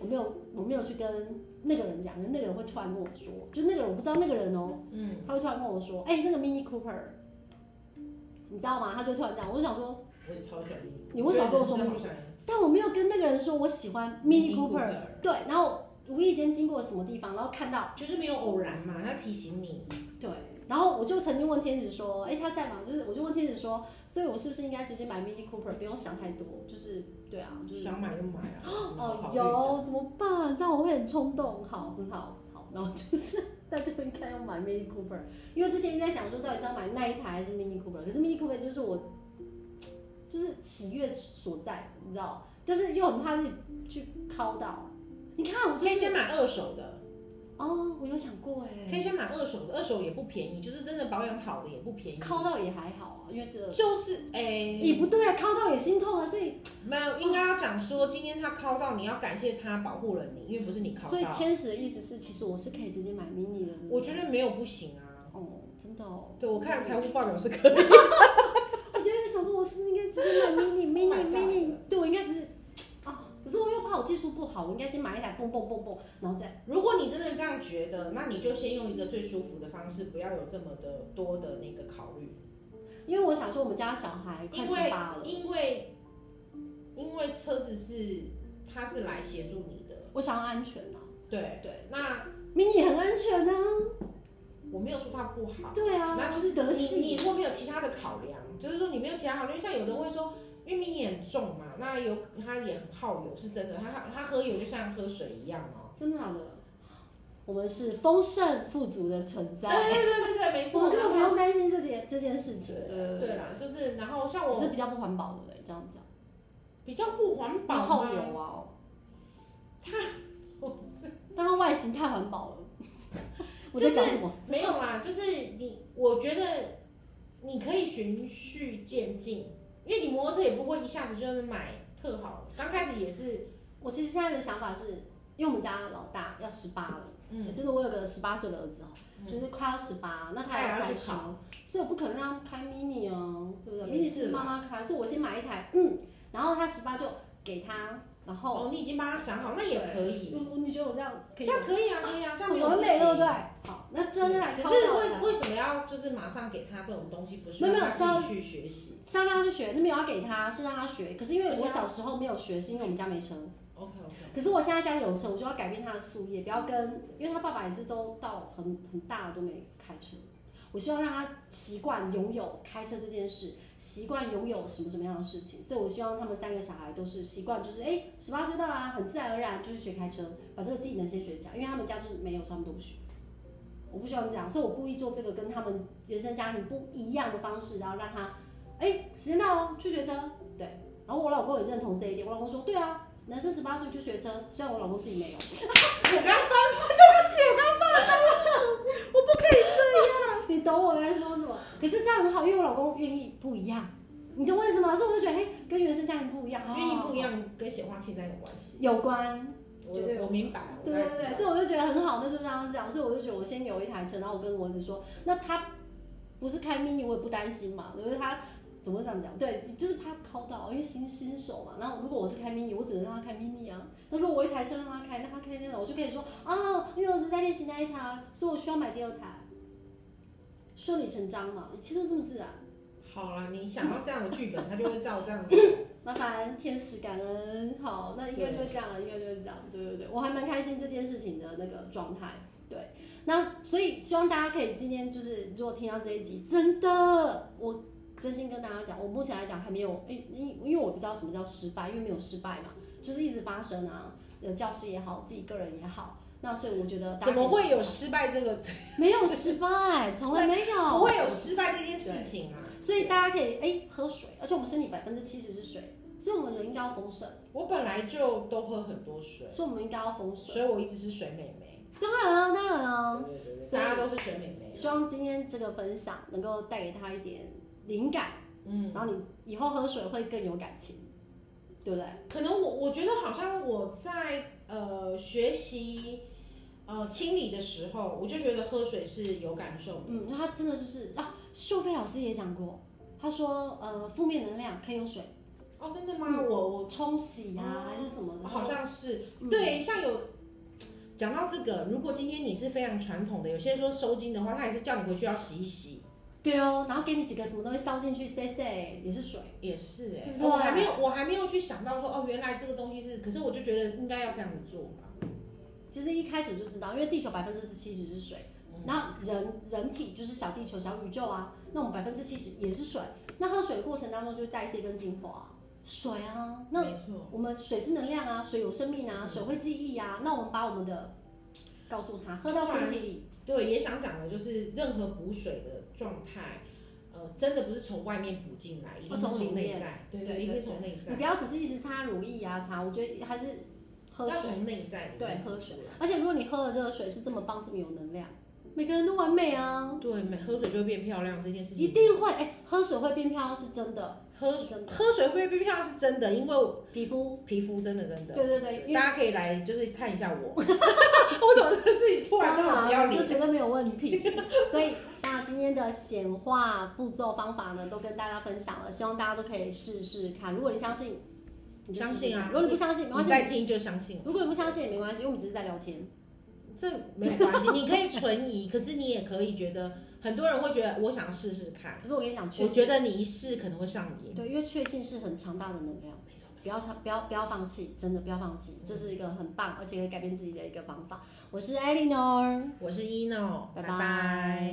[SPEAKER 2] 我没有我没有去跟那个人讲，那个人会突然跟我说，就那个人我不知道那个人哦、
[SPEAKER 1] 嗯，
[SPEAKER 2] 他会突然跟我说，哎、那个 Mini Cooper，你知道吗？他就突然讲，我就想说，
[SPEAKER 1] 我也超喜欢 Mini Cooper，
[SPEAKER 2] 你为什么跟我说
[SPEAKER 1] 真的
[SPEAKER 2] Mini
[SPEAKER 1] 超喜欢
[SPEAKER 2] 但我没有跟那个人说我喜欢 Mini Cooper，对，然后无意间经过什么地方，然后看到，
[SPEAKER 1] 就是没有偶然嘛，他提醒你，
[SPEAKER 2] 对，然后我就曾经问天使说，哎，他在吗？就是我就问天使说，所以我是不是应该直接买 Mini Cooper，不用想太多，就是对啊，就是
[SPEAKER 1] 想买就买啊。
[SPEAKER 2] 哦，
[SPEAKER 1] 有
[SPEAKER 2] 有怎么办？这样我会很冲动，好，很好，好，然后就是那就应该要买 Mini Cooper，因为之前一直在想说到底是要买那一台还是 Mini Cooper，可是 Mini Cooper 就是我就是喜悦所在，你知道，但是又很怕自己去敲到。你看，我就
[SPEAKER 1] 可以
[SPEAKER 2] 是
[SPEAKER 1] 先买二手的，
[SPEAKER 2] 哦，我有想过哎，
[SPEAKER 1] 可以先买二手的，二手也不便宜，就是真的保养好的也不便宜。
[SPEAKER 2] 敲到也还好啊，因为是
[SPEAKER 1] 就是诶，
[SPEAKER 2] 也不对啊，敲到也心痛啊，所以
[SPEAKER 1] 没有，应该要讲说，今天他敲到，你要感谢他保护了你，因为不是你敲
[SPEAKER 2] 所以
[SPEAKER 1] 到。
[SPEAKER 2] 天使的意思是，其实我是可以直接买 mini 的。对不对
[SPEAKER 1] 我觉得没有不行啊。
[SPEAKER 2] 哦，真的哦，
[SPEAKER 1] 对，我看财务报表是可以。
[SPEAKER 2] 我觉得想说，我是不是应该直接买 mini
[SPEAKER 1] Oh
[SPEAKER 2] mini
[SPEAKER 1] my
[SPEAKER 2] mini？对，我应该只是啊，可是我又怕我技术不好，我应该先买一台蹦蹦蹦蹦，然后再
[SPEAKER 1] 如果你真的这样觉得，那你就先用一个最舒服的方式，不要有这么的多的那个考虑。
[SPEAKER 2] 因为我想说我们家小孩快
[SPEAKER 1] 因
[SPEAKER 2] 十八了
[SPEAKER 1] 为，因为因为车子是它是来协助你的，
[SPEAKER 2] 我想要安全啊。
[SPEAKER 1] 对。
[SPEAKER 2] 对
[SPEAKER 1] 那
[SPEAKER 2] ，mini 很安全啊。
[SPEAKER 1] 我没有说它不好，
[SPEAKER 2] 对啊，
[SPEAKER 1] 那
[SPEAKER 2] 就是德
[SPEAKER 1] 你
[SPEAKER 2] 系
[SPEAKER 1] 你如果没有其他的考量，就是说你没有其他考虑，像有的人会说，因为你很重嘛，那有它也很耗油，是真的，它它喝油就像喝水一样哦。
[SPEAKER 2] 真的假的？我们是丰盛富足的存
[SPEAKER 1] 对
[SPEAKER 2] 在。
[SPEAKER 1] 对对对对，没
[SPEAKER 2] 我
[SPEAKER 1] 错。
[SPEAKER 2] 们根本不
[SPEAKER 1] 然后
[SPEAKER 2] 用担心这件这件事情，对对
[SPEAKER 1] 对啦，就是然后像
[SPEAKER 2] 只是
[SPEAKER 1] 我
[SPEAKER 2] 比较不环保的嘞，这样讲，
[SPEAKER 1] 比较不环保
[SPEAKER 2] 耗
[SPEAKER 1] 嘛
[SPEAKER 2] 油啊、 哦，
[SPEAKER 1] 我
[SPEAKER 2] 但它外形太环保 了。我在想什么？
[SPEAKER 1] 没有啦，就是你，我觉得你可以循序渐进，因为你摩托车也不会一下子就是买特好，刚开始也是
[SPEAKER 2] 我其实现在的想法是，因为我们家老大要十八了，
[SPEAKER 1] 嗯
[SPEAKER 2] 欸真的我有个十八岁的儿子哦，
[SPEAKER 1] 嗯
[SPEAKER 2] 就是快要十八，那他
[SPEAKER 1] 他也要
[SPEAKER 2] 要
[SPEAKER 1] 去
[SPEAKER 2] 开车，所以我不可能让他开 mini 哦，对不对
[SPEAKER 1] mini
[SPEAKER 2] ？mini
[SPEAKER 1] 是
[SPEAKER 2] 是妈妈开，所以我先买一台，嗯，然后他十八就给他，然后
[SPEAKER 1] 哦，你已经帮他想好，那也可以，嗯
[SPEAKER 2] 我你觉得我这样
[SPEAKER 1] 这
[SPEAKER 2] 可以吗？
[SPEAKER 1] 样可以啊，可以啊，这样没有
[SPEAKER 2] 完
[SPEAKER 1] 不
[SPEAKER 2] 美，对不对
[SPEAKER 1] 行。？
[SPEAKER 2] 好，那接下来
[SPEAKER 1] 只
[SPEAKER 2] 敲
[SPEAKER 1] 是
[SPEAKER 2] 到
[SPEAKER 1] 为
[SPEAKER 2] 了
[SPEAKER 1] 为什么要就是马上给他这种东西？不是
[SPEAKER 2] 没有
[SPEAKER 1] 让他
[SPEAKER 2] 没有
[SPEAKER 1] 自己去学习
[SPEAKER 2] 是要让他去学，那没有要给他，是让他学。可是因为
[SPEAKER 1] 而且
[SPEAKER 2] 我
[SPEAKER 1] 他
[SPEAKER 2] 小时候没有学，是因为我们家没车。
[SPEAKER 1] ？OK OK，
[SPEAKER 2] 可是我现在家里有车，我就要改变他的宿业，不要跟，因为他爸爸也是都到很很大了都没开车。我希望让他习惯拥有开车这件事，习惯拥有什么什么样的事情。所以我希望他们三个小孩都是习惯，就是哎，十八岁到啦，很自然而然就是学开车，把这个技能先学起来。因为他们家就是没有，所以他们都不学。我不希望这样，所以我故意做这个跟他们原生家庭不一样的方式，然后让他，哎，时间到哦，去学车。对，然后我老公也认同这一点，我老公说，对啊，男生十八岁就学车，虽然我老公自己没有。
[SPEAKER 1] 我刚翻，对不起，我刚翻开了，我不可以这样。
[SPEAKER 2] 你懂我在说什么？可是这样很好，因为我老公愿意不一样，你懂我意思吗？所以我就觉得，嘿，跟原生家庭不一样，好
[SPEAKER 1] 愿意不一
[SPEAKER 2] 好
[SPEAKER 1] 样跟显化清单有关系，
[SPEAKER 2] 有关，
[SPEAKER 1] 我
[SPEAKER 2] 绝对有
[SPEAKER 1] 我明白，我
[SPEAKER 2] 对
[SPEAKER 1] 大概
[SPEAKER 2] 对
[SPEAKER 1] 知
[SPEAKER 2] 对，
[SPEAKER 1] 道
[SPEAKER 2] 所以我就觉得很好，那就这样讲。所以我就觉得我先有一台车，然后我跟我儿子说，那他不是开 mini，我也不担心嘛，因为他怎么会这样讲？对，就是怕考到，因为新新手嘛。然后如果我是开 mini，我只能让他开 mini 啊。那如果我有一台车让他开，那他开那种，我就可以说啊，因为我是在练习那一台，啊所以我需要买第二台，顺理成章嘛，其实这么自然。
[SPEAKER 1] 好了，你想要这样的剧本，他就会照这样子。
[SPEAKER 2] 麻烦天使感恩，好，那应该就会这样了，应该就会这样，对对对，我还蛮开心这件事情的那个状态，对，那所以希望大家可以今天就是如果听到这一集，真的，我真心跟大家讲，我目前来讲还没有，因因因为我不知道什么叫失败，因为没有失败嘛，就是一直发生啊，有教师也好，自己个人也好，那所以我觉得大家
[SPEAKER 1] 怎么
[SPEAKER 2] 可以
[SPEAKER 1] 会有
[SPEAKER 2] 试试
[SPEAKER 1] 失败这个？
[SPEAKER 2] 看没有失败，从 来没有，
[SPEAKER 1] 不会有失败这件事情啊！
[SPEAKER 2] 哦所以大家可以哎、喝水，而且我们身体百分之七十是水，所以我们人应该要丰盛。
[SPEAKER 1] 我本来就都喝很多水，
[SPEAKER 2] 所以我们应该要丰盛。
[SPEAKER 1] 所以我一直是水妹妹。
[SPEAKER 2] 当然啊，当然啊，
[SPEAKER 1] 对对对，
[SPEAKER 2] 所以
[SPEAKER 1] 大家都是水妹妹。
[SPEAKER 2] 希望今天这个分享能够带给他一点灵感，
[SPEAKER 1] 嗯，
[SPEAKER 2] 然后你以后喝水会更有感情，对不对？
[SPEAKER 1] 可能我我觉得好像我在呃学习呃清理的时候，我就觉得喝水是有感受的。
[SPEAKER 2] 嗯，那他真的就是啊，秀飞老师也讲过，他说呃，负面能量可以用水
[SPEAKER 1] 哦，真的
[SPEAKER 2] 嗯
[SPEAKER 1] 吗？我我
[SPEAKER 2] 冲洗啊，
[SPEAKER 1] 哦
[SPEAKER 2] 还是什么的，
[SPEAKER 1] 好像是
[SPEAKER 2] 嗯
[SPEAKER 1] 对，像有讲到这个，如果今天你是非常传统的，有些人说收金的话，他也是叫你回去要洗一洗，
[SPEAKER 2] 对哦，然后给你几个什么东西烧进去塞塞，也是水，
[SPEAKER 1] 也是哎、
[SPEAKER 2] 对不啊
[SPEAKER 1] 我还
[SPEAKER 2] 对
[SPEAKER 1] 没有我还没有去想到说哦，原来这个东西是，可是我就觉得应该要这样子做嘛。
[SPEAKER 2] 其实一开始就知道，因为地球百分之七十是水，那人人体就是小地球、小宇宙啊，那我们百分之七十也是水。那喝水的过程当中就是代谢跟精华啊、水啊，那
[SPEAKER 1] 没错，
[SPEAKER 2] 我们水是能量啊，水有生命啊，水会记忆啊，那我们把我们的告诉他，喝到身体里，
[SPEAKER 1] 对，也想讲的就是任何补水的状态，呃，真的不是从外面补进来，一定
[SPEAKER 2] 哦
[SPEAKER 1] 是
[SPEAKER 2] 从里
[SPEAKER 1] 从内
[SPEAKER 2] 面
[SPEAKER 1] 在，对
[SPEAKER 2] 对
[SPEAKER 1] 对，一定
[SPEAKER 2] 对
[SPEAKER 1] 是从内
[SPEAKER 2] 你
[SPEAKER 1] 在
[SPEAKER 2] 不，要只是一直擦乳液啊擦，我觉得还是喝
[SPEAKER 1] 要
[SPEAKER 2] 水。
[SPEAKER 1] 从内在里
[SPEAKER 2] 对
[SPEAKER 1] 面
[SPEAKER 2] 喝
[SPEAKER 1] 补出来。
[SPEAKER 2] 而且如果你喝了这个水是这么棒、这么有能量，每个人都完美啊，
[SPEAKER 1] 对，每喝水就会变漂亮这件事情，
[SPEAKER 2] 一定会哎、喝水会变漂亮是真的，
[SPEAKER 1] 喝
[SPEAKER 2] 是真的
[SPEAKER 1] 喝水会不会变漂亮是真的，因为我
[SPEAKER 2] 皮肤
[SPEAKER 1] 皮肤真的真的。
[SPEAKER 2] 对对对，因为
[SPEAKER 1] 大家可以来，就是看一下我，我怎么自己突然这么不要
[SPEAKER 2] 就
[SPEAKER 1] 脸？
[SPEAKER 2] 觉得没有问题。所以，那今天的显化步骤方法呢，都跟大家分享了，希望大家都可以试试看。如果你相信，你就试试
[SPEAKER 1] 相信啊
[SPEAKER 2] 看如果你不相信，没关
[SPEAKER 1] 你
[SPEAKER 2] 系。
[SPEAKER 1] 再听就相信，
[SPEAKER 2] 如果你不相信也没关系，因为我们只是在聊天。
[SPEAKER 1] 这没有关系，你可以存疑，可是你也可以觉得，很多人会觉得我想试试看，
[SPEAKER 2] 可是我跟你讲，确
[SPEAKER 1] 我
[SPEAKER 2] 信
[SPEAKER 1] 觉得你一试可能会上瘾。
[SPEAKER 2] 对，因为确信是很强大的能量。
[SPEAKER 1] 没错，
[SPEAKER 2] 不要放，不要不要放弃，真的不要放弃，这是一个很棒而且可以改变自己的一个方法。我是 Eleanor。
[SPEAKER 1] 我是一 n o
[SPEAKER 2] 拜
[SPEAKER 1] 拜
[SPEAKER 2] 拜
[SPEAKER 1] 拜